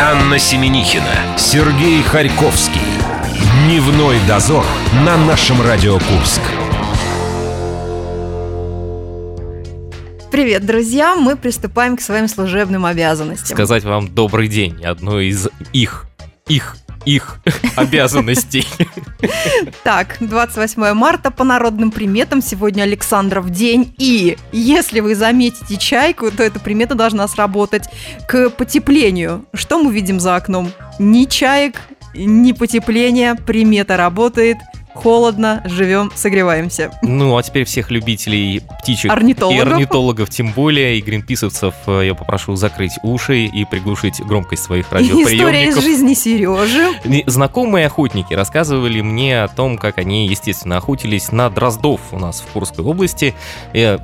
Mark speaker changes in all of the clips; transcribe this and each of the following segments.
Speaker 1: Анна Семенихина, Сергей Харьковский. Дневной дозор на нашем Радио Курск.
Speaker 2: Привет, друзья! Мы приступаем к своим служебным обязанностям.
Speaker 3: Сказать вам добрый день, одно из их, их, их обязанностей.
Speaker 2: Так, 28 марта по народным приметам сегодня Александров день. И если вы заметите чайку, то эта примета должна сработать к потеплению. Что мы видим за окном? Ни чаек, ни потепления. Примета работает. Холодно, живем, согреваемся.
Speaker 3: Ну, а теперь всех любителей птичек
Speaker 2: Орнитологов.
Speaker 3: и орнитологов тем более, и гринписовцев э, я попрошу закрыть уши и приглушить громкость своих
Speaker 2: История из
Speaker 3: радиоприемников.
Speaker 2: жизни Сережи.
Speaker 3: Не- Знакомые охотники рассказывали мне о том, как они, естественно, охотились на дроздов у нас в Курской области. Э,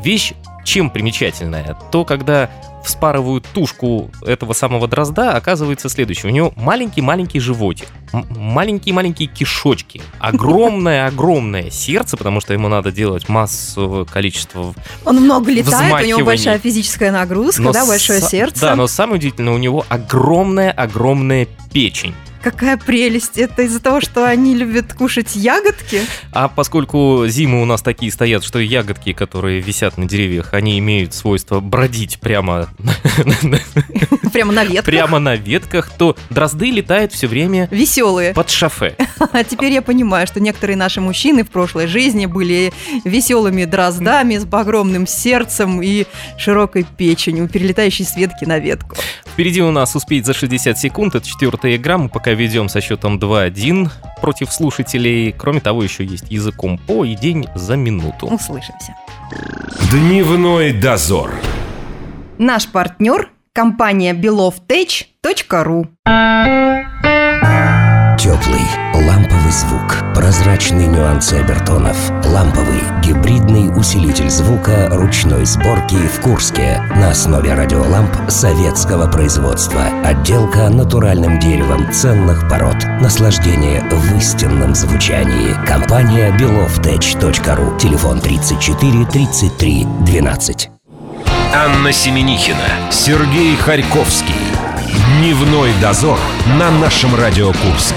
Speaker 3: Вещь чем примечательная? То, когда вспарывают тушку этого самого дрозда, оказывается следующее. У него маленький-маленький животик, м- маленькие-маленькие кишочки, огромное-огромное сердце, потому что ему надо делать массу количества
Speaker 2: Он много летает, у него
Speaker 3: Взмахиваний.
Speaker 2: большая физическая нагрузка, да, большое
Speaker 3: са-
Speaker 2: сердце.
Speaker 3: Да, но самое удивительное, у него огромная-огромная печень.
Speaker 2: Какая прелесть! Это из-за того, что они любят кушать ягодки?
Speaker 3: А поскольку зимы у нас такие стоят, что ягодки, которые висят на деревьях, они имеют свойство бродить прямо,
Speaker 2: Прямо на ветках.
Speaker 3: прямо на ветках, то дрозды летают все время
Speaker 2: Веселые.
Speaker 3: под шофе.
Speaker 2: А теперь я понимаю, что некоторые наши мужчины в прошлой жизни были веселыми дроздами с огромным сердцем и широкой печенью, перелетающей с ветки на ветку.
Speaker 3: Впереди у нас успеть за 60 секунд. Это четвертая игра. Мы пока ведем со счетом 2-1 против слушателей. Кроме того, еще есть языком по и день за
Speaker 2: Ну,
Speaker 3: минуту.
Speaker 2: Услышимся.
Speaker 1: Дневной дозор.
Speaker 2: Наш партнер – компания belovtech.ru.
Speaker 4: Теплый, ламповый звук. Прозрачные нюансы обертонов. Ламповый, гибридный усилитель звука ручной сборки в Курске. На основе радиоламп советского производства. Отделка натуральным деревом ценных пород. Наслаждение в истинном звучании. Компания belovtech.ru. Телефон 34 33 12.
Speaker 1: Анна Семенихина, Сергей Харьковский. Дневной дозор на нашем Радио Курск.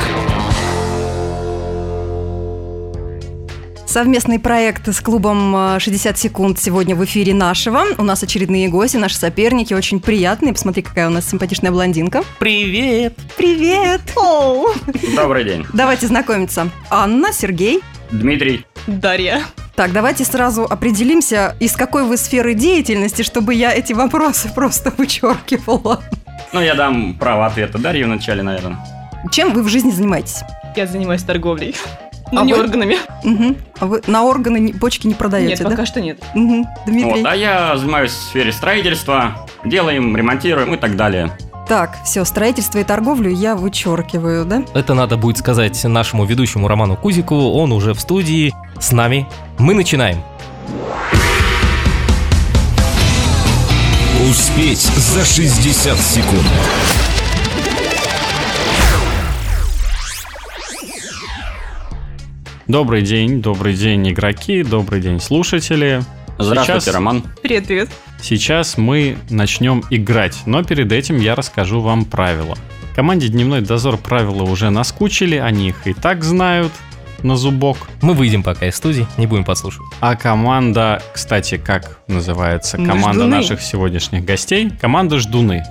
Speaker 2: Совместный проект с клубом э, 60 секунд сегодня в эфире нашего. У нас очередные гости, наши соперники, очень приятные. Посмотри, какая у нас симпатичная блондинка.
Speaker 3: Привет!
Speaker 2: Привет!
Speaker 5: Добрый день.
Speaker 2: Давайте знакомиться. Анна, Сергей.
Speaker 5: Дмитрий,
Speaker 6: Дарья.
Speaker 2: Так, давайте сразу определимся, из какой вы сферы деятельности, чтобы я эти вопросы просто вычеркивала.
Speaker 5: ну я дам право ответа Дарье вначале, наверное.
Speaker 2: Чем вы в жизни занимаететесь?
Speaker 6: Я занимаюсь торговлей. Ну,
Speaker 2: А
Speaker 6: не
Speaker 2: вы?
Speaker 6: органами.
Speaker 2: Мгм. А Вы на органы не- почки не
Speaker 6: Нет,
Speaker 2: продаете, да?
Speaker 6: пока что нет.
Speaker 2: Мгм. Дмитрий.
Speaker 5: Вот, а я занимаюсь в сфере строительства, делаем, ремонтируем и так далее.
Speaker 2: Так, все, строительство и торговлю я вычеркиваю, да?
Speaker 3: Это надо будет сказать нашему ведущему Роману Кузику. Он уже в студии с нами. Мы начинаем.
Speaker 1: Успеть за 60 секунд.
Speaker 7: Добрый день, добрый день, игроки, добрый день, слушатели.
Speaker 5: Здравствуйте,
Speaker 7: Сейчас-
Speaker 5: Роман.
Speaker 6: Привет, привет.
Speaker 7: Сейчас мы начнем играть, но перед этим я расскажу вам правила. Команде Дневной Дозор правила уже наскучили, они их и так знают на зубок.
Speaker 3: Мы выйдем пока из студии, не будем подслушивать.
Speaker 7: А команда, кстати, как называется
Speaker 6: Ну,
Speaker 7: команда
Speaker 6: ждуны.
Speaker 7: наших сегодняшних гостей? Команда Ждуны.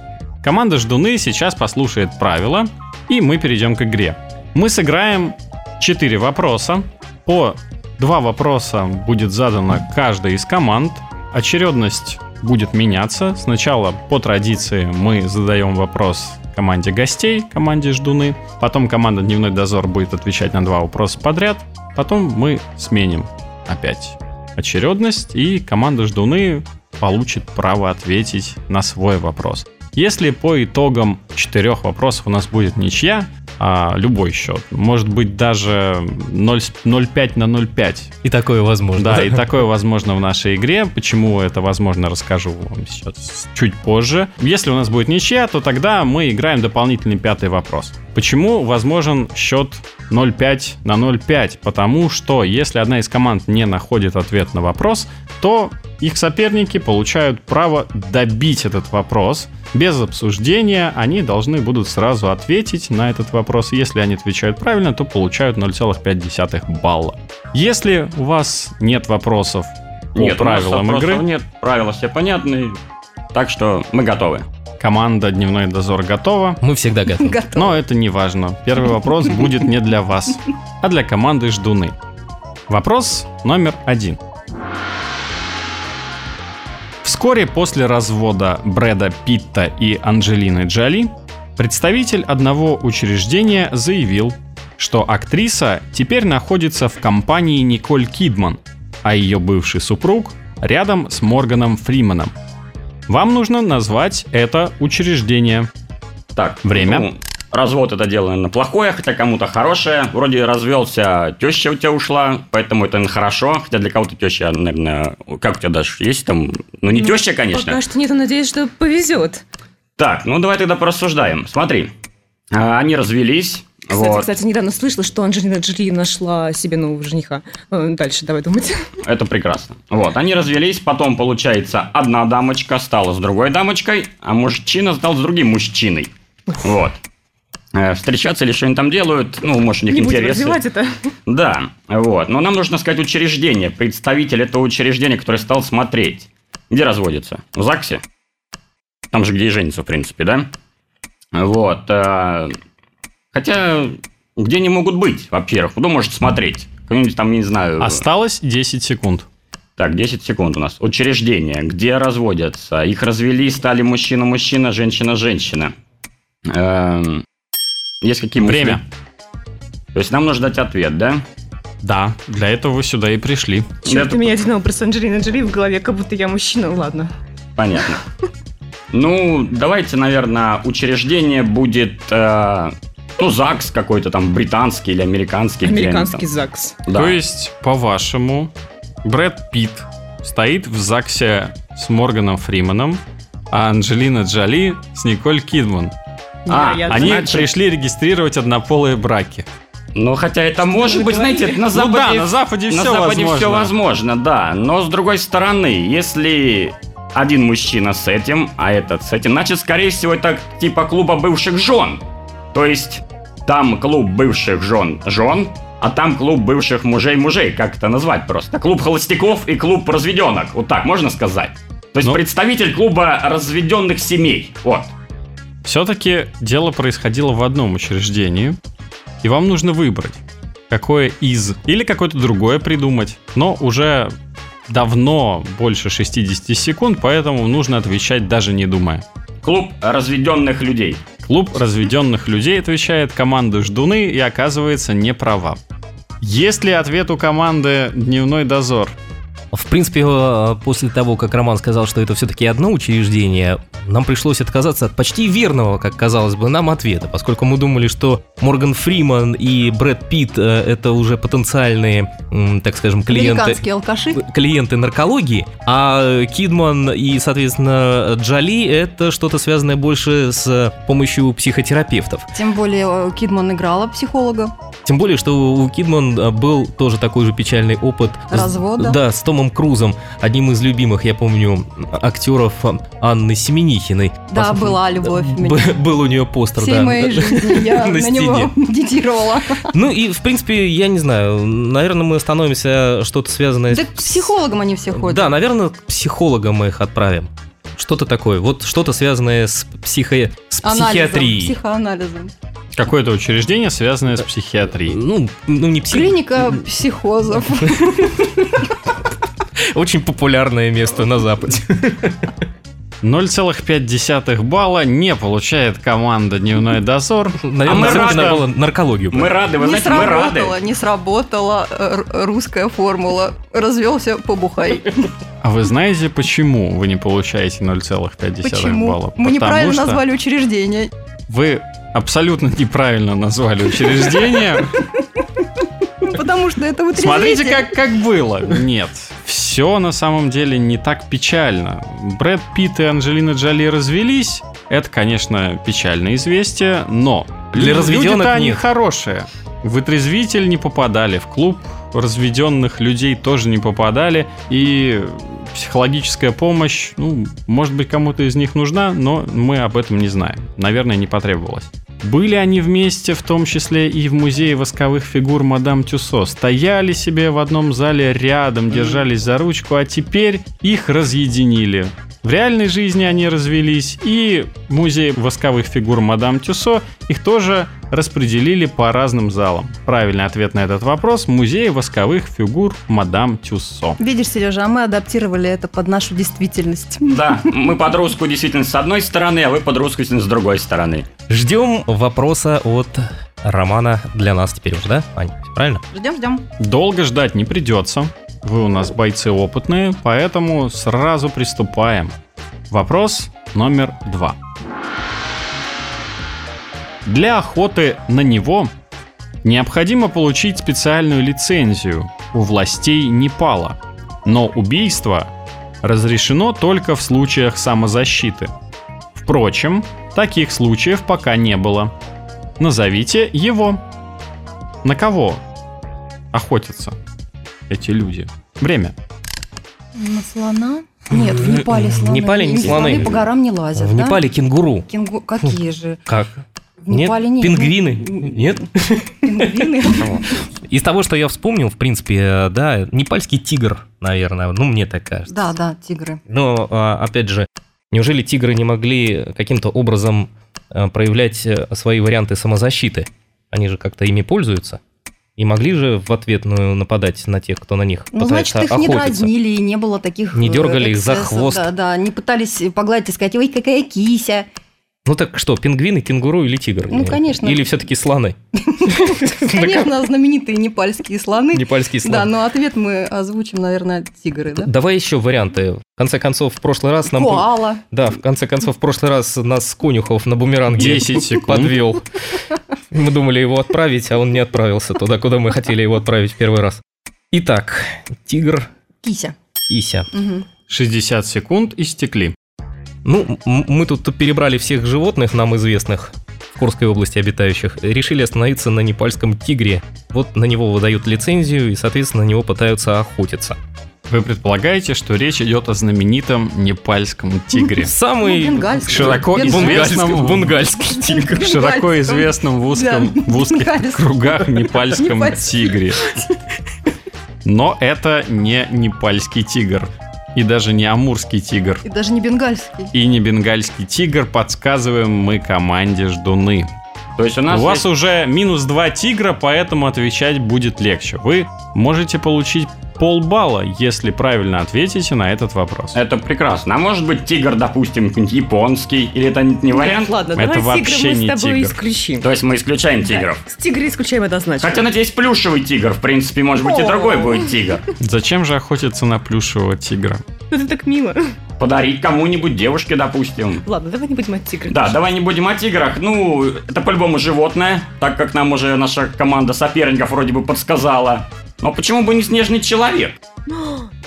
Speaker 7: Команда Ждуны сейчас послушает правила, и мы перейдем к игре. Мы сыграем 4 вопроса. По 2 вопроса будет задано каждой из команд. Очередность будет меняться. Сначала по традиции мы задаем вопрос команде гостей, команде Ждуны. Потом команда Дневной Дозор будет отвечать на два вопроса подряд. Потом мы сменим опять очередность, и команда Ждуны получит право ответить на свой вопрос. Если по итогам четырех вопросов у нас будет ничья, а, любой счет, может быть даже 0 с- 0,5 на 0,5.
Speaker 3: И такое возможно.
Speaker 7: Да, и такое возможно в нашей игре. Почему это возможно, расскажу вам сейчас чуть позже. Если у нас будет ничья, то тогда мы играем дополнительный пятый вопрос. Почему возможен счет 0,5 на 0,5? Потому что если одна из команд не находит ответ на вопрос, то Их соперники получают право добить этот вопрос. Без обсуждения они должны будут сразу ответить на этот вопрос. Если они отвечают правильно, то получают 0,5 балла. Если у вас нет вопросов по
Speaker 5: Нет, у нас
Speaker 7: правилам
Speaker 5: вопросов
Speaker 7: игры,
Speaker 5: Нет, правила все понятны. Так что мы готовы.
Speaker 7: команда «Дневной дозор» готова.
Speaker 3: Мы всегда готовы.
Speaker 2: Готов.
Speaker 7: Но это не важно. Первый вопрос будет не для вас, а для команды Ждуны. Вопрос номер один. Вскоре после развода Брэда Питта и Анджелины Джоли представитель одного учреждения заявил, что актриса теперь находится в компании Николь Кидман, а ее бывший супруг рядом с Морганом Фриманом. Вам нужно назвать это учреждение.
Speaker 5: Так,
Speaker 7: Время.
Speaker 5: ну, развод это дело, наверное, плохое, хотя кому-то хорошее. Вроде развелся, теща у тебя ушла, поэтому это наверное, хорошо. Хотя для кого-то теща, наверное, как у тебя даже есть там... Ну, не
Speaker 8: Ну,
Speaker 5: теща, конечно.
Speaker 8: Пока что нет, но надеюсь, что повезет.
Speaker 5: Так, ну давай тогда порассуждаем. Смотри, а, они развелись.
Speaker 8: Кстати,
Speaker 5: вот.
Speaker 8: кстати, недавно слышала, что Анджелина Джоли нашла себе нового жениха. Э, Дальше давай думать.
Speaker 5: Это прекрасно. Вот, они развелись, потом, получается, одна дамочка стала с другой дамочкой, а мужчина стал с другим мужчиной. Вот. Э, Встречаться или что они там делают, ну, может, у них
Speaker 8: Не будем
Speaker 5: интересы. Ну,
Speaker 8: развивать это.
Speaker 5: Да, вот. Но нам нужно сказать учреждение, представитель этого учреждения, который стал смотреть. Где разводится? В ЗАГСе? Там же, где и женится, в принципе, да? Вот. э, Хотя, где они могут быть, во-первых? Кто может смотреть? Кто-нибудь там, не знаю...
Speaker 3: А
Speaker 7: Осталось 10 секунд.
Speaker 5: Так, 10 секунд у нас. Учреждения, где разводятся. Их развели, стали мужчина-мужчина, женщина-женщина. Эм, Есть какие мысли?
Speaker 7: Время.
Speaker 5: То есть нам нужно дать ответ, да?
Speaker 7: Да, для этого вы сюда и пришли.
Speaker 6: Черт,
Speaker 5: Это
Speaker 6: у меня один образ Анджелины Джоли в голове, как будто я мужчина. Ладно.
Speaker 5: Понятно. Ну, давайте, наверное, учреждение будет, э, ну, ЗАГС какой-то там, британский или американский. где они там.
Speaker 8: Американский ЗАГС.
Speaker 5: Да.
Speaker 7: То есть, по-вашему, Брэд Питт стоит в ЗАГСе с Морганом Фриманом, а Анджелина Джоли с Николь Кидман.
Speaker 5: А,
Speaker 6: Невероятно.
Speaker 7: Они
Speaker 5: значит-
Speaker 7: пришли регистрировать однополые браки.
Speaker 5: Ну, хотя это может
Speaker 6: вы
Speaker 5: быть, знаете,
Speaker 6: говорите?
Speaker 5: на
Speaker 7: Ну
Speaker 5: Западе...
Speaker 7: да, на Западе
Speaker 5: На
Speaker 7: все
Speaker 5: Западе
Speaker 7: возможно.
Speaker 5: все возможно, да. Но с другой стороны, если один мужчина с этим, а этот с этим, значит, скорее всего, это типа клуба бывших жен. То есть там клуб бывших жен жен, а там клуб бывших мужей мужей, как это назвать просто? Клуб холостяков и клуб разведенок, вот так можно сказать. То есть
Speaker 7: Ну.
Speaker 5: представитель клуба разведенных семей, вот.
Speaker 7: Все-таки дело происходило в одном учреждении, и вам нужно выбрать, какое из, или какое-то другое придумать, но уже давно больше 60 секунд, поэтому нужно отвечать даже не думая.
Speaker 5: Клуб разведенных людей.
Speaker 7: Клуб разведенных людей отвечает команда Ждуны и оказывается не права. Есть ли ответ у команды «Дневной дозор»?
Speaker 3: В принципе, э, после того, как Роман сказал, что это все-таки одно учреждение, нам пришлось отказаться от почти верного, как казалось бы, нам ответа, поскольку мы думали, что Морган Фриман и Брэд Питт э, это уже потенциальные, м, так скажем, клиенты
Speaker 2: Американские алкаши.
Speaker 3: клиенты наркологии, а Кидман и, соответственно, Джоли — это что-то связанное больше с помощью психотерапевтов.
Speaker 2: Тем более э, Кидман играла психолога.
Speaker 3: Тем более, что у Кидман э, был тоже такой же печальный опыт. с-
Speaker 2: Развода.
Speaker 3: да, с Томом Крузом, одним из любимых, я помню, актеров э, Анны Семенихиной.
Speaker 2: Да,
Speaker 3: Пос-
Speaker 2: была любовь у меня.
Speaker 3: Б- Был у нее постер,
Speaker 2: Всей
Speaker 3: Э, да.
Speaker 2: моей жизни я
Speaker 3: На
Speaker 2: на, него
Speaker 3: стене.
Speaker 2: медитировала.
Speaker 3: Ну и, в принципе, я не знаю, наверное, мы остановимся что-то связанное
Speaker 2: Да к психологам они все ходят.
Speaker 3: Э, Да, наверное, к психологам мы их отправим. Что-то такое, вот что-то связанное с, психо... с
Speaker 2: Анализом,
Speaker 3: психиатрией.
Speaker 2: психоанализом.
Speaker 7: Какое-то учреждение, связанное с психиатрией.
Speaker 3: Ну, ну, не псих...
Speaker 2: Клиника психозов.
Speaker 3: Очень популярное место на Западе.
Speaker 7: 0,5 балла не получает команда «Дневной дозор».
Speaker 3: Наверное,
Speaker 5: мы
Speaker 3: нам нужно
Speaker 5: рады.
Speaker 3: было наркологию.
Speaker 5: Мы рады, вы
Speaker 2: не
Speaker 5: знаете, мы рады.
Speaker 2: сработала, не сработала э, р- русская формула. Развелся побухай.
Speaker 7: А вы знаете, почему вы не получаете 0,5
Speaker 2: Почему?
Speaker 7: балла?
Speaker 2: Мы неправильно
Speaker 7: что
Speaker 2: назвали учреждение.
Speaker 7: Вы абсолютно неправильно назвали учреждение.
Speaker 2: Ну, Потому что это утрезвитель.
Speaker 7: Смотрите, как, как было. Нет, все на самом деле не так печально. Брэд Питт и Анджелина Джоли развелись. Это, конечно, печальное известие, но
Speaker 3: Для
Speaker 7: люди-
Speaker 3: разведённых
Speaker 7: люди-то они
Speaker 3: нет.
Speaker 7: хорошие. В отрезвитель не попадали, в клуб разведенных людей тоже не попадали. И психологическая помощь, ну, может быть, кому-то из них нужна, но мы об этом не знаем. Наверное, не потребовалось. Были они вместе, в том числе и в музее восковых фигур мадам Тюсо. Стояли себе в одном зале рядом, держались за ручку, а теперь их разъединили. В реальной жизни они развелись, и музей восковых фигур мадам Тюсо их тоже распределили по разным залам. Правильный ответ на этот вопрос – музей восковых фигур мадам Тюссо.
Speaker 2: Видишь, Сережа, а мы адаптировали это под нашу действительность.
Speaker 5: Да, мы под русскую действительность с одной стороны, а вы под русскую действительность с другой стороны.
Speaker 3: Ждем вопроса от Романа для нас теперь уже, да, Ань? Всё Правильно?
Speaker 2: Ждем, ждем.
Speaker 7: Долго ждать не придется. Вы у нас бойцы опытные, поэтому сразу приступаем. Вопрос номер два. Для охоты на него необходимо получить специальную лицензию у властей Непала, но убийство разрешено только в случаях самозащиты. Впрочем, таких случаев пока не было. Назовите его. На кого охотятся эти люди? Время.
Speaker 9: На слона? Нет, в Непале слоны.
Speaker 3: В Непале не
Speaker 9: И
Speaker 3: слоны.
Speaker 9: по горам не лазят,
Speaker 3: В
Speaker 9: да?
Speaker 3: Непале кенгуру.
Speaker 9: Кенгу- Какие же?
Speaker 3: Как?
Speaker 9: В Непале нет.
Speaker 3: Пингвины? Нет?
Speaker 9: Пингвины.
Speaker 3: Из того, что я вспомнил, в принципе, э, да, непальский тигр, наверное, ну, мне так кажется.
Speaker 9: Да, да, тигры.
Speaker 3: Но, а, опять же, неужели тигры не могли каким-то образом э, проявлять э, свои варианты самозащиты? Они же как-то ими пользуются. И могли же в ответную нападать на тех, кто на них
Speaker 9: Ну,
Speaker 3: пытается
Speaker 9: значит, их не
Speaker 3: охотиться.
Speaker 9: дразнили, и не было таких...
Speaker 3: Не
Speaker 9: э,
Speaker 3: дергали их за
Speaker 9: эксцессов,
Speaker 3: хвост.
Speaker 9: Да, да, не пытались погладить и сказать, ой, какая кися.
Speaker 3: Ну так что, пингвины, кенгуру или тигр?
Speaker 9: Ну, конечно.
Speaker 3: Или все-таки слоны?
Speaker 9: Конечно, знаменитые непальские слоны.
Speaker 3: Непальские
Speaker 9: Да,
Speaker 3: слоны.
Speaker 9: но ответ мы озвучим, наверное, тигры, да?
Speaker 3: Давай еще варианты. В конце концов, в прошлый раз нам...
Speaker 9: Коала.
Speaker 3: Да, в конце концов, в прошлый раз нас Конюхов на бумеранге
Speaker 7: 10 секунд.
Speaker 3: подвел. Мы думали его отправить, а он не отправился туда, куда мы хотели его отправить в первый раз. Итак, тигр
Speaker 9: Кися.
Speaker 3: Ися.
Speaker 9: Мгм.
Speaker 7: 60 секунд истекли.
Speaker 3: Ну, м- мы тут перебрали всех животных, нам известных, в Курской области обитающих, решили остановиться на непальском тигре. Вот на него выдают лицензию и, соответственно, на него пытаются охотиться.
Speaker 7: Вы предполагаете, что речь идет о знаменитом непальском тигре.
Speaker 3: Самый
Speaker 9: Ну, бенгальский.
Speaker 7: Широко
Speaker 9: Бенгальский.
Speaker 7: известном
Speaker 3: бунгальский тигр.
Speaker 7: Широко
Speaker 9: Бенгальском.
Speaker 7: известном в, узком,
Speaker 9: Да,
Speaker 7: в узких
Speaker 9: бенгальском.
Speaker 7: кругах непальском
Speaker 9: Непальский.
Speaker 7: тигре. Но это не непальский тигр. И даже не амурский тигр.
Speaker 9: И даже не бенгальский.
Speaker 7: И не бенгальский тигр подсказываем мы команде ждуны.
Speaker 5: То есть у нас
Speaker 7: У вас
Speaker 5: есть-
Speaker 7: уже минус 2 тигра, поэтому отвечать будет легче. Вы можете получить полбалла, если правильно ответите на этот вопрос. Э,
Speaker 5: это прекрасно. А может быть тигр, допустим, какой-нибудь японский, или это не вариант?
Speaker 6: Ладно,
Speaker 7: Это
Speaker 6: давай
Speaker 7: вообще
Speaker 6: тигра мы
Speaker 7: не
Speaker 6: с тобой
Speaker 7: тигр.
Speaker 6: исключим.
Speaker 5: То есть мы исключаем тигров.
Speaker 6: С тигра исключаем однозначно.
Speaker 5: Хотя, надеюсь, плюшевый тигр, в принципе, может быть, и другой будет тигр.
Speaker 7: Зачем же охотиться на плюшевого тигра?
Speaker 6: Ну, Это так мило.
Speaker 5: Подарить кому-нибудь девушке, допустим.
Speaker 6: Ладно, давай не будем от тигра.
Speaker 5: Да, давай не будем о тиграх. Ну, это по-любому животное, так как нам уже наша команда соперников вроде бы подсказала. Но почему бы не снежный человек?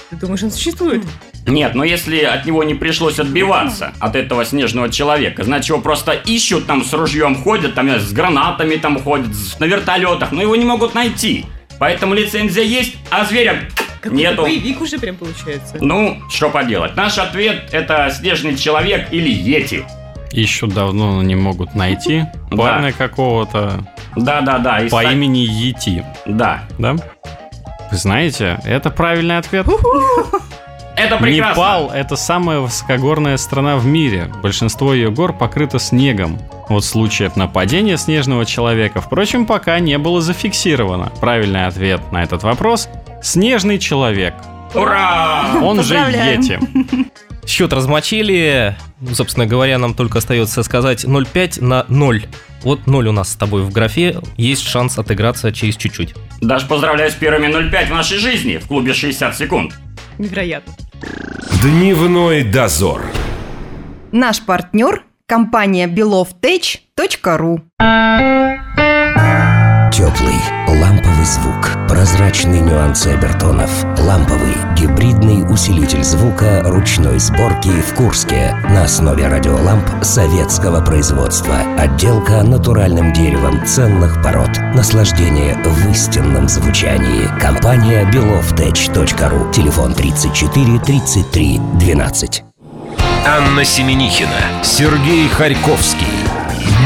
Speaker 6: Ты думаешь, он существует?
Speaker 5: Нет, но если от него не пришлось отбиваться, от этого снежного человека, значит его просто ищут там с ружьем ходят, там не знаю, с гранатами там ходят, с- на вертолетах, но его не могут найти. Поэтому лицензия есть, а зверя
Speaker 6: Какой-то
Speaker 5: нету.
Speaker 6: боевик уже прям получается.
Speaker 5: Ну, что поделать. Наш ответ это снежный человек или Йети.
Speaker 7: Еще давно не могут найти парня какого-то
Speaker 5: Да-да-да. и
Speaker 7: по
Speaker 5: ста-
Speaker 7: имени Ети,
Speaker 5: Да.
Speaker 7: да? Вы знаете, это правильный ответ.
Speaker 5: Это прекрасно.
Speaker 7: Непал – это самая высокогорная страна в мире. Большинство ее гор покрыто снегом. Вот случаев нападения снежного человека, впрочем, пока не было зафиксировано. Правильный ответ на этот вопрос – снежный человек.
Speaker 5: Ура!
Speaker 7: Он же
Speaker 2: Поздравляем.
Speaker 7: Йети.
Speaker 3: Счет размочили. Ну, Собственно говоря, нам только остается сказать 0,5 на 0. Вот 0 у нас с тобой в графе. Есть шанс отыграться через чуть-чуть.
Speaker 5: Даже поздравляю с первыми 0,5 в нашей жизни в клубе 60 секунд.
Speaker 6: Невероятно.
Speaker 1: Дневной дозор.
Speaker 2: Наш партнер – компания beloftech.ru.
Speaker 4: Теплый, ламповый звук, прозрачные нюансы обертонов, ламповый, гибридный усилитель звука ручной сборки в Курске на основе радиоламп советского производства. Отделка натуральным деревом ценных пород. Наслаждение в истинном звучании. Компания beloftech.ru. Телефон 34 33 12.
Speaker 1: Анна Семенихина, Сергей Харьковский.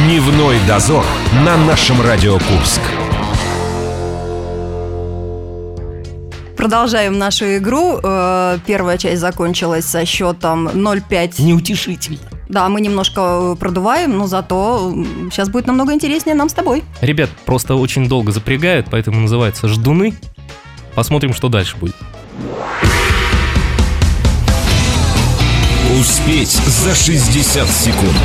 Speaker 1: Дневной дозор на нашем Радио Курск.
Speaker 2: Продолжаем нашу игру. Э, Первая часть закончилась со счетом 0-5.
Speaker 3: Неутешительно.
Speaker 2: Да, мы немножко э, продуваем, но зато сейчас будет намного интереснее нам с тобой.
Speaker 3: Ребят просто очень долго запрягают, поэтому называется «Ждуны». Посмотрим, что дальше будет.
Speaker 1: Успеть за 60 секунд.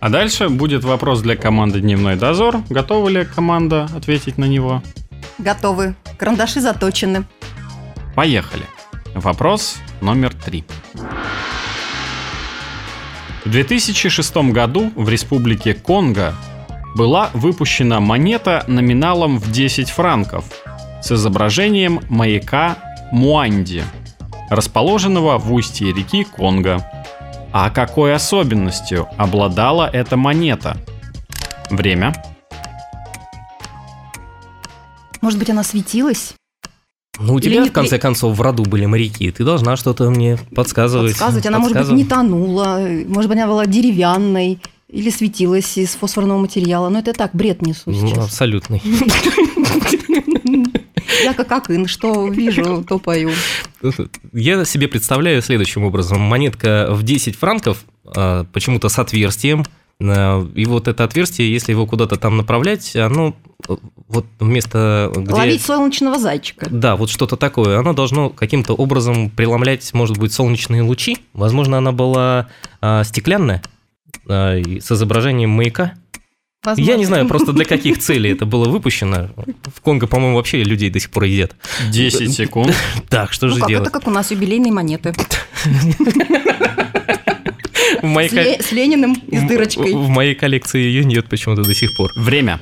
Speaker 7: А дальше будет вопрос для команды «Дневной дозор». Готова ли команда ответить на него?
Speaker 2: Готовы. Карандаши заточены.
Speaker 7: Поехали. Вопрос номер три. В 2006 году в республике Конго была выпущена монета номиналом в 10 франков с изображением маяка Муанди, расположенного в устье реки Конго. А какой особенностью обладала эта монета? Время.
Speaker 9: Может быть, она светилась?
Speaker 3: Ну, у
Speaker 2: Или
Speaker 3: тебя,
Speaker 2: не-
Speaker 3: в конце концов, в роду были моряки. Ты должна что-то мне подсказывать.
Speaker 2: Подсказывать. Она, может быть, не тонула. э, Может быть, она была деревянной. Или светилась из фосфорного материала. Но это я так, бред несу
Speaker 3: Ну,
Speaker 2: сейчас.
Speaker 3: абсолютный.
Speaker 2: Я как Акын, что вижу, то пою.
Speaker 3: Я себе представляю следующим образом. Монетка в 10 франков, а, почему-то с отверстием. а, И вот это отверстие, если его куда-то там направлять, оно э, вот вместо... Где...
Speaker 2: Ловить солнечного зайчика.
Speaker 3: Да, вот что-то такое. Оно должно каким-то образом преломлять, может быть, солнечные лучи. Возможно, она была а, стеклянная, а, и с изображением маяка. Я не знаю просто для каких целей это было выпущено. В Конго, по-моему, вообще людей до сих пор едят.
Speaker 7: 10 секунд.
Speaker 3: Так, что
Speaker 2: Ну
Speaker 3: же
Speaker 2: как,
Speaker 3: делать?
Speaker 2: это как у нас юбилейные монеты.
Speaker 3: В моей
Speaker 2: С,
Speaker 3: ко-
Speaker 2: Ле- с Лениным и с
Speaker 3: М,
Speaker 2: дырочкой.
Speaker 3: В моей коллекции ее нет почему-то до сих пор.
Speaker 7: Время.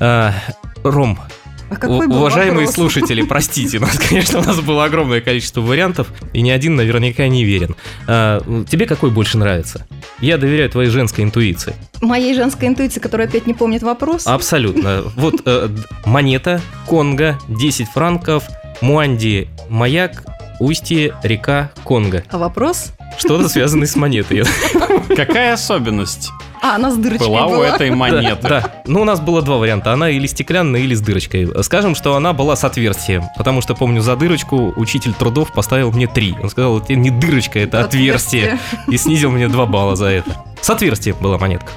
Speaker 3: А, Ром,
Speaker 2: А какой
Speaker 3: у-
Speaker 2: был
Speaker 3: уважаемые
Speaker 2: вопрос?
Speaker 3: слушатели, простите нас, конечно, у нас было огромное количество вариантов, и ни один наверняка не верен. А, тебе какой больше нравится? Я доверяю твоей женской интуиции.
Speaker 2: Моей женской интуиции, которая опять не помнит вопрос.
Speaker 3: А Абсолютно. Вот э, д- монета, Конго, 10 франков, Муанди, маяк, устье, река, Конго.
Speaker 2: А вопрос?
Speaker 3: Что-то связанное с монетой.
Speaker 7: Какая особенность
Speaker 2: А, она с дырочкой
Speaker 7: была у этой
Speaker 3: Да,
Speaker 7: монеты?
Speaker 3: Да. Ну, у нас было два варианта. Она или стеклянная, или с дырочкой. Скажем, что она была с отверстием. Потому что, помню, за дырочку учитель трудов поставил мне три. Он сказал, это не дырочка, это отверстие. И снизил мне два балла за это. С отверстием была монетка.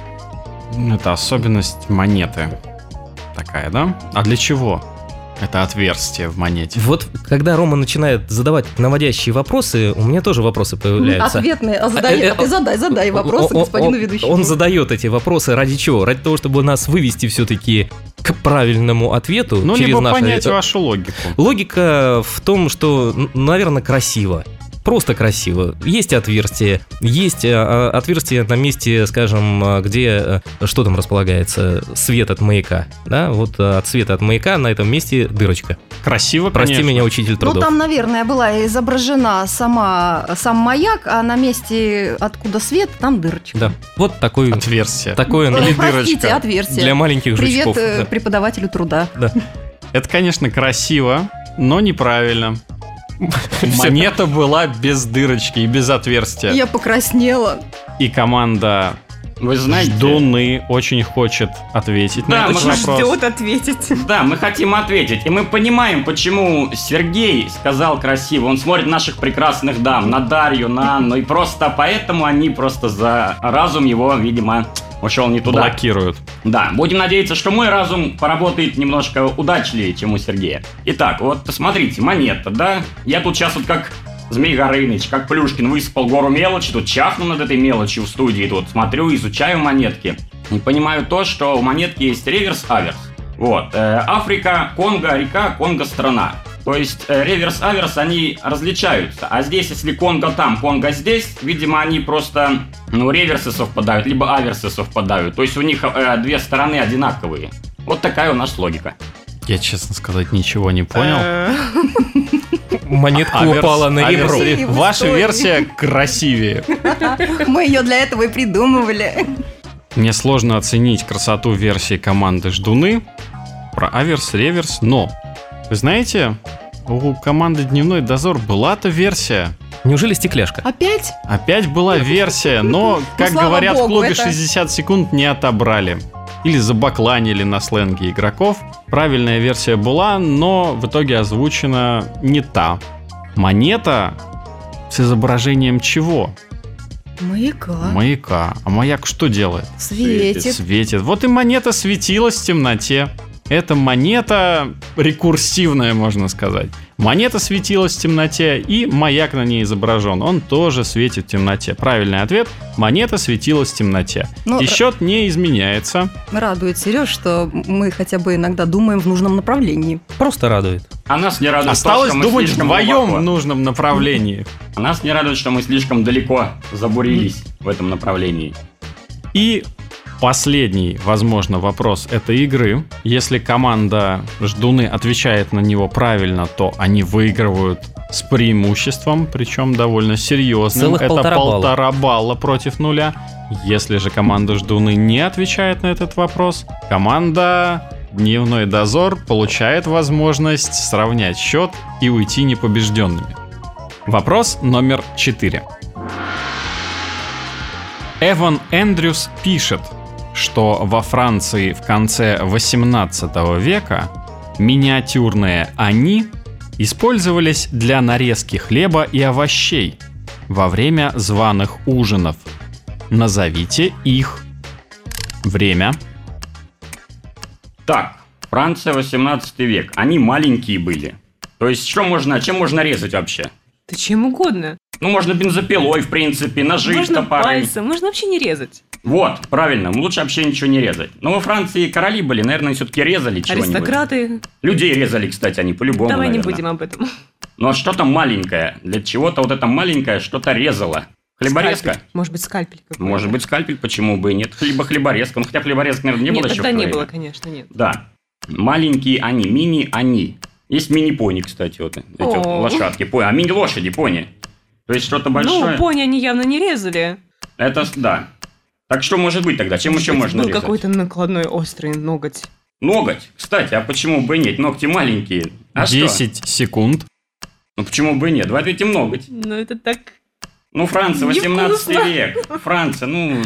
Speaker 7: Это особенность монеты. Такая, да? А для чего? Это отверстие в монете.
Speaker 3: Вот, когда Рома начинает задавать наводящие вопросы, у меня тоже вопросы появляются.
Speaker 2: Ответные. А
Speaker 3: Э, э,
Speaker 2: задай, а ты
Speaker 3: э,
Speaker 2: задай, задай вопросы
Speaker 3: Он- он-
Speaker 2: господину
Speaker 3: он-
Speaker 2: ведущему. Ну,
Speaker 3: Он задает эти вопросы ради чего? Ради того, чтобы нас вывести все-таки к правильному ответу
Speaker 7: Ну,
Speaker 3: через
Speaker 7: либо
Speaker 3: наше-
Speaker 7: понять вашу логику.
Speaker 3: Логика в том, что, н- наверное, красиво. Просто красиво. Есть отверстие, есть э, а, отверстие на месте, скажем, а, где, э, что там располагается, свет от маяка. Да, вот э, от света от маяка на этом месте дырочка.
Speaker 7: Красиво,
Speaker 3: Прости
Speaker 7: конечно.
Speaker 3: меня, учитель
Speaker 2: Ну,
Speaker 3: трудов.
Speaker 2: там, наверное, была изображена сама, сам маяк, а на месте, откуда свет, там дырочка.
Speaker 3: Да. Вот такой,
Speaker 7: Отверстие.
Speaker 3: такое
Speaker 2: Э,
Speaker 3: ну,
Speaker 2: Простите,
Speaker 7: дырочка.
Speaker 2: отверстие.
Speaker 3: для маленьких
Speaker 2: Привет
Speaker 3: жучков.
Speaker 2: э,
Speaker 3: да.
Speaker 2: преподавателю труда.
Speaker 7: Это, конечно, красиво, но неправильно. Монета была без дырочки и без отверстия.
Speaker 2: Я покраснела.
Speaker 7: И команда
Speaker 5: Вы знаете...
Speaker 7: Ждуны очень хочет ответить
Speaker 5: Да,
Speaker 7: на этот
Speaker 5: мы
Speaker 7: вопрос.
Speaker 6: Ждет ответить.
Speaker 5: Да, мы хотим ответить. И мы понимаем, почему Сергей сказал красиво. Он смотрит наших прекрасных дам, на Дарью, на Анну. И просто поэтому они просто за разум его, видимо, ушел не туда.
Speaker 7: Блокируют.
Speaker 5: Да, будем надеяться, что мой разум поработает немножко удачливее, чем у Сергея. Итак, вот смотрите, монета, да? Я тут сейчас вот как Змей Горыныч, как Плюшкин высыпал гору мелочи, тут чахну над этой мелочью в студии, тут смотрю, изучаю монетки. И понимаю то, что у монетки есть реверс-аверс. Вот, э, Африка, Конго, река, Конго, страна. То есть э, реверс-аверс, они различаются. А здесь, если конга там, конга здесь, видимо, они просто, ну, реверсы совпадают, либо аверсы совпадают. То есть у них э, две стороны одинаковые. Вот такая у нас логика.
Speaker 7: Я, честно сказать, ничего не понял. А
Speaker 6: Э,
Speaker 3: Монетка
Speaker 7: Аверс-
Speaker 3: упала на
Speaker 7: аверс-
Speaker 3: ребро.
Speaker 2: Красивее в
Speaker 7: Ваша
Speaker 2: истории.
Speaker 7: версия красивее.
Speaker 2: Мы ее для этого и придумывали.
Speaker 7: Мне сложно оценить красоту версии команды Ждуны про аверс, реверс, но вы знаете, у команды Дневной Дозор была-то версия.
Speaker 3: Неужели стекляшка?
Speaker 2: Опять?
Speaker 7: Опять была версия, но, как
Speaker 2: Ну, слава
Speaker 7: говорят в
Speaker 2: богу,
Speaker 7: клубе,
Speaker 2: это-
Speaker 7: 60 секунд не отобрали. Или забакланили на сленге игроков. Правильная версия была, но в итоге озвучена не та. Монета с изображением чего?
Speaker 2: Маяка.
Speaker 7: Маяка. А маяк что делает?
Speaker 2: Светит.
Speaker 7: Светит. Вот и монета светилась в темноте. Это монета рекурсивная, можно сказать. Монета светилась в темноте, и маяк на ней изображен. Он тоже светит в темноте. Правильный ответ – монета светилась в темноте.
Speaker 2: Ну,
Speaker 7: и счет не изменяется.
Speaker 2: Радует Сереж, что мы хотя бы иногда думаем в нужном направлении.
Speaker 3: Просто радует.
Speaker 5: А нас не радует то,
Speaker 7: Осталось
Speaker 5: что мы
Speaker 7: думать
Speaker 5: слишком
Speaker 7: вдвоем ну.
Speaker 5: глубоко.
Speaker 7: в нужном направлении.
Speaker 5: А нас не радует, что мы слишком далеко забурились в этом направлении.
Speaker 7: И последний, возможно, вопрос этой игры. Если команда Ждуны отвечает на него правильно, то они выигрывают с преимуществом, причем довольно серьезным.
Speaker 3: Целых
Speaker 7: Это
Speaker 3: полтора балла.
Speaker 7: полтора балла против нуля. Если же команда Ждуны не отвечает на этот вопрос, команда Дневной Дозор получает возможность сравнять счет и уйти непобежденными. Вопрос номер 4. Эван Эндрюс пишет, что во Франции в конце 18 века миниатюрные «они» использовались для нарезки хлеба и овощей во время званых ужинов. Назовите их. Время.
Speaker 5: Так, Франция, 18 век. Они маленькие были. То есть, что можно, чем можно резать вообще?
Speaker 6: Да чем угодно.
Speaker 5: Ну, можно бензопилой, в принципе, ножи,
Speaker 6: Можно
Speaker 5: топоры.
Speaker 6: пальцем, можно вообще не резать.
Speaker 5: Вот, правильно, лучше вообще ничего не резать. Но во Франции короли были, наверное, все-таки резали чего-нибудь.
Speaker 6: Аристократы.
Speaker 5: Людей резали, кстати, они по-любому,
Speaker 6: Давай не
Speaker 5: наверное.
Speaker 6: будем об этом.
Speaker 5: Но что-то маленькое. Для чего-то вот это маленькое что-то резало. Хлеборезка?
Speaker 8: Скальпель. Может быть, скальпель какой-то.
Speaker 5: Может быть, скальпель, почему бы и нет. Либо хлеборезка. Ну, хотя хлеборезка, наверное, не
Speaker 6: Нет,
Speaker 5: было еще в
Speaker 6: тогда
Speaker 5: то
Speaker 6: не
Speaker 5: время.
Speaker 6: было, конечно, нет.
Speaker 5: Да. Маленькие они, мини-они. Есть мини-пони, кстати, вот эти вот
Speaker 6: О.
Speaker 5: лошадки. Пони. А мини-лошади, пони. То есть что-то большое.
Speaker 6: Ну, пони они явно не резали.
Speaker 5: Это с- да. Так что может быть тогда? Чем еще
Speaker 6: Может быть,
Speaker 5: можно
Speaker 6: Был
Speaker 5: резать?
Speaker 6: какой-то накладной острый ноготь.
Speaker 5: Ноготь. Кстати, а почему бы и нет? Ногти маленькие. А что?
Speaker 7: 10 секунд.
Speaker 5: Ну почему бы и нет? Давай ответим ноготь.
Speaker 6: Ну, это так...
Speaker 5: Ну, Франция, 18
Speaker 6: Невкусно.
Speaker 5: век. Франция, ну...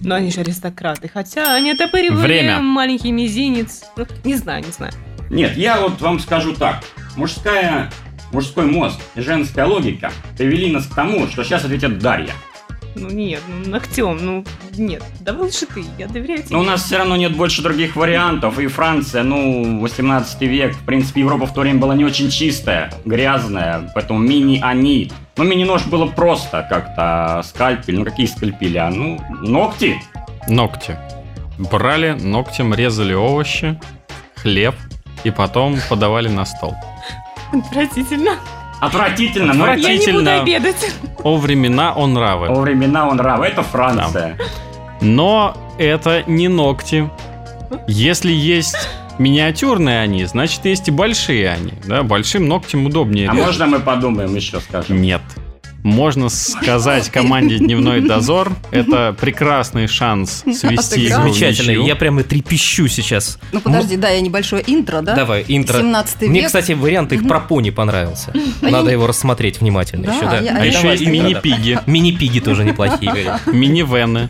Speaker 6: Но они же аристократы. Хотя они отопыривали
Speaker 7: Время.
Speaker 6: маленький мизинец. Ну, не знаю, не знаю.
Speaker 5: Нет, я вот вам скажу так. Мужская... Мужской мозг и женская логика привели нас к тому, что сейчас ответят Дарья.
Speaker 6: Ну, нет, ну, ногтем, ну, нет. Давай лучше ты, я доверяю тебе.
Speaker 5: Но Ну, у нас все равно нет больше других вариантов. И Франция, ну, 18 век. В принципе, Европа в то время была не очень чистая, грязная. Поэтому мини-они. Ну, мини-нож было просто как-то. Скальпель. Ну, какие скальпеля? Ну, ногти.
Speaker 7: Ногти. Брали, ногтем резали овощи, хлеб и потом подавали на стол.
Speaker 6: Отвратительно.
Speaker 5: Ну, Отвратительно, но это
Speaker 6: Я не буду
Speaker 7: Отвратительно.
Speaker 6: обедать.
Speaker 7: О времена он нравы.
Speaker 5: во времена он рав. Это Франция.
Speaker 7: Но это не ногти. Если есть миниатюрные они, значит есть и большие они. Да, большим ногтем удобнее.
Speaker 5: А
Speaker 7: резать.
Speaker 5: можно мы подумаем еще, скажем?
Speaker 7: Нет. Можно сказать команде Дневной дозор. Это прекрасный шанс свести игру в
Speaker 3: Замечательно.
Speaker 7: ничью.
Speaker 3: Я прямо трепещу сейчас.
Speaker 2: Ну подожди, да, я небольшое интро, да?
Speaker 3: Давай, интро.
Speaker 2: 17
Speaker 3: Мне,
Speaker 2: век.
Speaker 3: кстати, вариант их
Speaker 2: Мгм.
Speaker 3: про пони понравился.
Speaker 2: А
Speaker 3: Надо
Speaker 2: я-
Speaker 3: его рассмотреть внимательно
Speaker 2: Да,
Speaker 3: еще, да.
Speaker 2: я-
Speaker 7: А
Speaker 2: я-
Speaker 7: еще
Speaker 3: Давай,
Speaker 7: есть
Speaker 3: Игорь, да.
Speaker 7: мини-пиги,
Speaker 3: Мини-пиги тоже неплохие, Игорь.
Speaker 7: мини-вены,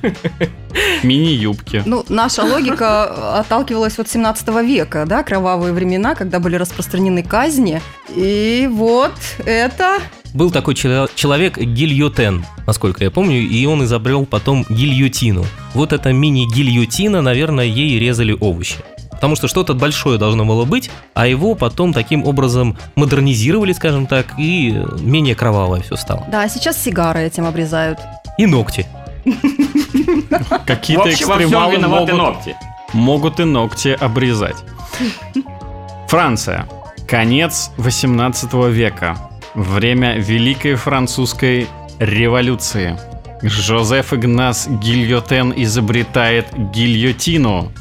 Speaker 7: мини-юбки.
Speaker 2: Ну, наша логика отталкивалась от 17 века, да, кровавые времена, когда были распространены казни. И вот это...
Speaker 3: Был такой чело- человек Гильотен, насколько я помню, и он изобрел потом гильотину. Вот эта мини-гильотина, наверное, ей резали овощи. Потому что что-то большое должно было быть, а его потом таким образом модернизировали, скажем так, и э, менее кровавое все стало.
Speaker 2: Да, сейчас сигары этим обрезают.
Speaker 3: И ногти.
Speaker 5: В
Speaker 7: Какие-то
Speaker 5: общем, во всем
Speaker 7: экстремалы
Speaker 5: виноваты
Speaker 7: могут
Speaker 5: ногти.
Speaker 7: могут и ногти обрезать. Франция. Конец 18 века. Время Великой Французской революции. Жозеф Игнас Гильотен изобретает гильотину.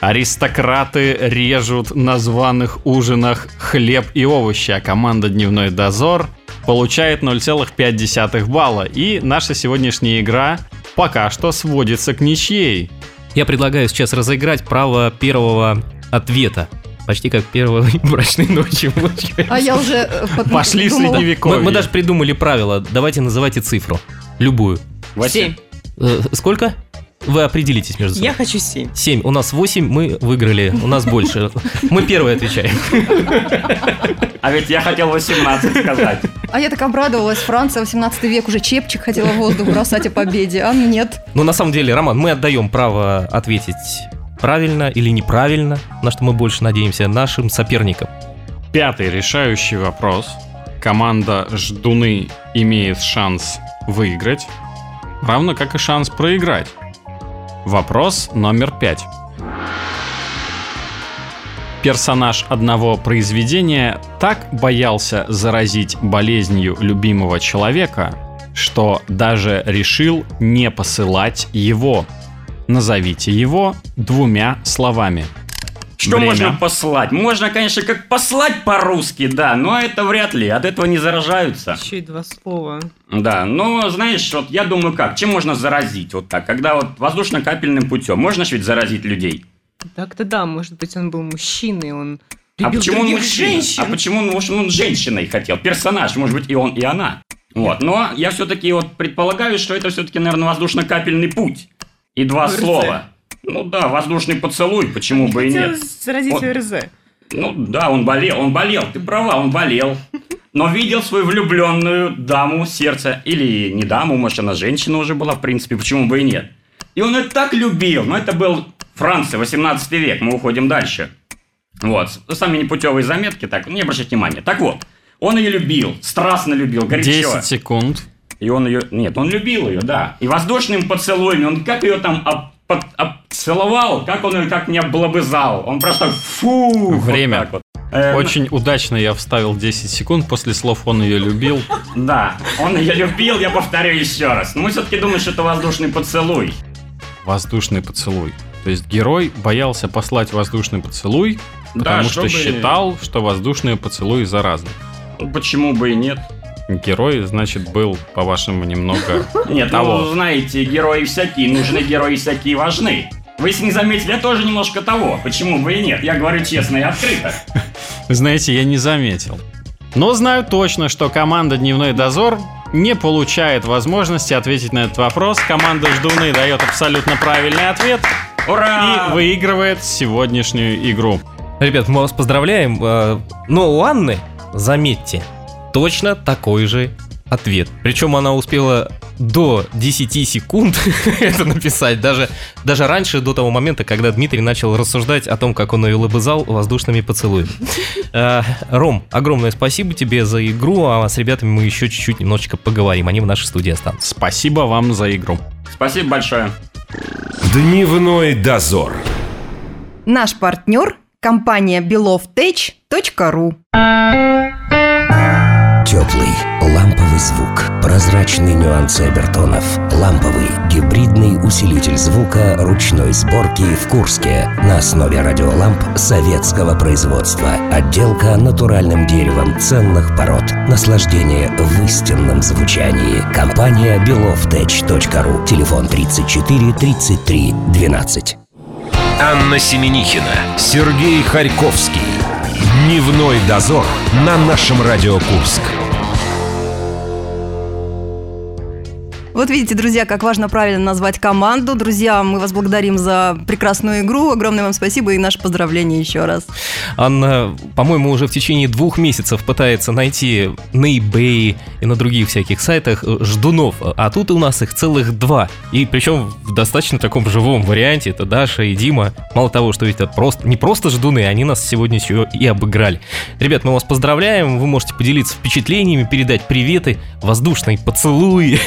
Speaker 7: Аристократы режут на званых ужинах хлеб и овощи, а команда «Дневной дозор» получает 0,5 балла. И наша сегодняшняя игра пока что сводится к ничьей.
Speaker 3: Я предлагаю сейчас разыграть право первого ответа. Почти как первой брачной ночи. получается.
Speaker 9: А я уже э, под-
Speaker 7: Пошли в
Speaker 9: думала,
Speaker 7: средневековье.
Speaker 3: Мы, мы даже придумали правило. Давайте называйте цифру. Любую.
Speaker 5: Вася,
Speaker 3: Э, сколько? Вы определитесь между собой.
Speaker 6: Я хочу 7.
Speaker 3: 7. У нас 8, мы выиграли. У нас больше. Мы первые отвечаем.
Speaker 5: А ведь я хотел 18 сказать.
Speaker 9: А я так обрадовалась, Франция, 18 век, уже чепчик хотела в воздух бросать о победе, а нет.
Speaker 3: Но на самом деле, Роман, мы отдаем право ответить правильно или неправильно, на что мы больше надеемся, нашим соперникам.
Speaker 7: Пятый решающий вопрос. Команда Ждуны имеет шанс выиграть, равно как и шанс проиграть. Вопрос номер пять. Персонаж одного произведения так боялся заразить болезнью любимого человека, что даже решил не посылать его. Назовите его двумя словами.
Speaker 5: Что
Speaker 7: Время.
Speaker 5: можно послать? Можно, конечно, как послать по-русски, да, но это вряд ли, от этого не заражаются.
Speaker 6: Еще и два слова.
Speaker 5: Да, но знаешь, вот я думаю как, чем можно заразить вот так, когда вот воздушно-капельным путем, можно ж ведь заразить людей?
Speaker 6: Так-то да, может быть, он был мужчиной, он
Speaker 5: А
Speaker 6: любил
Speaker 5: почему он
Speaker 6: других
Speaker 5: мужчина?
Speaker 6: женщин.
Speaker 5: А почему он, может, он женщиной хотел? Персонаж, может быть, и он, и она. Вот, но я все-таки вот предполагаю, что это все-таки, наверное, воздушно-капельный путь. И два
Speaker 6: ВРЗ.
Speaker 5: слова. Ну да, воздушный поцелуй, почему бы и нет.
Speaker 6: Хотелось заразить
Speaker 5: Вот.
Speaker 6: ОРЗ.
Speaker 5: Ну да, он болел, он болел, ты права, он болел. Но видел свою влюбленную даму сердца, или не даму, может, она женщина уже была, в принципе, почему бы и нет. И он это так любил, но это был Франция, 18 век, мы уходим дальше. Вот, сами непутевые заметки, так, не обращайте внимания. Так вот, он ее любил, страстно любил, горячо.
Speaker 7: 10 секунд.
Speaker 5: И он ее... Нет, он любил ее, да. И воздушным поцелуем, он как ее там об- под- обцеловал, как он ее как не облобызал. Он просто фу! вот
Speaker 7: Время.
Speaker 5: так вот. Э,
Speaker 7: Очень удачно я вставил 10 секунд после слов «он ее любил».
Speaker 5: ну, Да, он ее любил, я повторю еще раз. Но мы все-таки думаем, что это воздушный поцелуй.
Speaker 7: Воздушный поцелуй. То есть герой боялся послать воздушный поцелуй, потому
Speaker 5: чтобы-
Speaker 7: что считал, что воздушные поцелуи заразны.
Speaker 5: Почему бы и нет?
Speaker 7: Герой, значит, был, по-вашему, немного...
Speaker 5: Нет,
Speaker 7: Того.
Speaker 5: ну, знаете, герои всякие, нужны герои всякие, важны. Вы если не заметили, я тоже немножко того. Почему бы и нет? Я говорю честно и открыто.
Speaker 7: Знаете, я не заметил. Но знаю точно, что команда «Дневной дозор» не получает возможности ответить на этот вопрос. Команда Ждуны дает абсолютно правильный ответ
Speaker 5: Ура!
Speaker 7: и выигрывает сегодняшнюю игру.
Speaker 3: Ребят, мы вас поздравляем. э, Но у Анны, заметьте, точно такой же ответ. Причем она успела до 10 секунд это написать, даже, даже раньше, до того момента, когда Дмитрий начал рассуждать о том, как он ее лобызал воздушными поцелуями. Э, Ром, огромное спасибо тебе за игру, а с ребятами мы еще чуть-чуть немножечко поговорим, они в нашей студии останутся.
Speaker 7: Спасибо вам за игру.
Speaker 5: Спасибо большое.
Speaker 1: Дневной дозор.
Speaker 2: Наш партнер – компания belovtech.ru.
Speaker 4: Теплый, ламповый звук. Прозрачные нюансы обертонов. Ламповый, гибридный усилитель звука ручной сборки в Курске. На основе радиоламп советского производства. Отделка натуральным деревом ценных пород. Наслаждение в истинном звучании. Компания belovtech.ru. Телефон 34 33 12.
Speaker 1: Анна Семенихина, Сергей Харьковский. Дневной дозор на нашем Радио Курск.
Speaker 2: Вот видите, друзья, как важно правильно назвать команду. Друзья, мы вас благодарим за прекрасную игру. Огромное вам спасибо и наше поздравление еще раз.
Speaker 3: Анна, по-моему, уже в течение двух месяцев пытается найти на eBay и на других всяких сайтах э, ждунов, а тут у нас их целых два. И причем в достаточно таком живом варианте. Это Даша и Дима. Мало того, что это просто, не просто ждуны, они нас сегодня еще и обыграли. Ребят, мы вас поздравляем, вы можете поделиться впечатлениями, передать приветы, воздушные поцелуи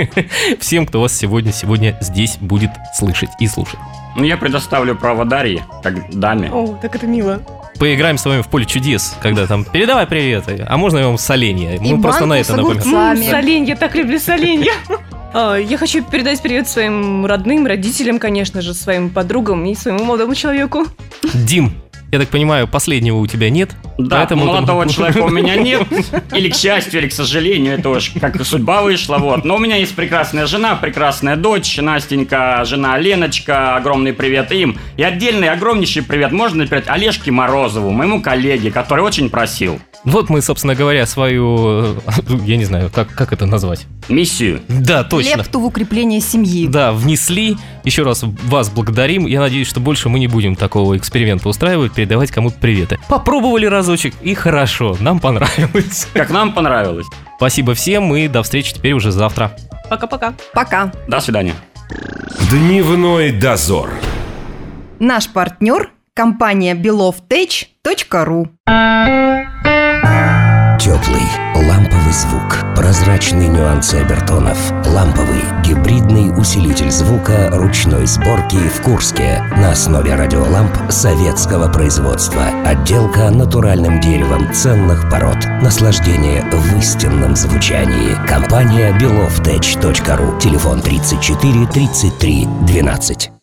Speaker 3: всем, кто вас сегодня, сегодня здесь будет слышать и слушать.
Speaker 5: Ну, я предоставлю право Дарье, как даме.
Speaker 6: О, так это мило.
Speaker 3: поиграем с вами в поле чудес, когда там передавай привет, а можно я вам соленье?
Speaker 9: И
Speaker 3: Мы просто
Speaker 9: банку
Speaker 3: на
Speaker 9: с
Speaker 3: это напали.
Speaker 9: огурцами.
Speaker 6: Соленья, так люблю соленья. А, Я хочу передать привет своим родным, родителям, конечно же, своим подругам и своему молодому человеку.
Speaker 3: Дим, я так понимаю, последнего у тебя нет?
Speaker 5: Да,
Speaker 3: Поэтому
Speaker 5: молодого
Speaker 3: там-
Speaker 5: человека у меня нет. Или к счастью, или к сожалению, это уж как судьба вышла. Вот. Но у меня есть прекрасная жена, прекрасная дочь, Настенька, жена Леночка. Огромный привет им. И отдельный огромнейший привет можно передать Олежке Морозову, моему коллеге, который очень просил.
Speaker 3: Вот мы, собственно говоря, свою... Я не знаю, как, как это назвать?
Speaker 5: Миссию.
Speaker 3: Да, точно.
Speaker 2: Лепту в укрепление семьи.
Speaker 3: Да, внесли. Еще раз вас благодарим. Я надеюсь, что больше мы не будем такого эксперимента устраивать, передавать кому-то приветы. Попробовали разочек, и хорошо, нам понравилось.
Speaker 5: Как нам понравилось.
Speaker 3: Спасибо всем, и до встречи теперь уже завтра.
Speaker 6: Пока-пока.
Speaker 2: Пока.
Speaker 5: До свидания.
Speaker 1: Дневной дозор.
Speaker 2: Наш партнер – компания belovtech.ru.
Speaker 4: Теплый, ламповый звук. Прозрачные нюансы обертонов. Ламповый, гибридный усилитель звука ручной сборки в Курске. На основе радиоламп советского производства. Отделка натуральным деревом ценных пород. Наслаждение в истинном звучании. Компания belovtech.ru. Телефон 34 33 12.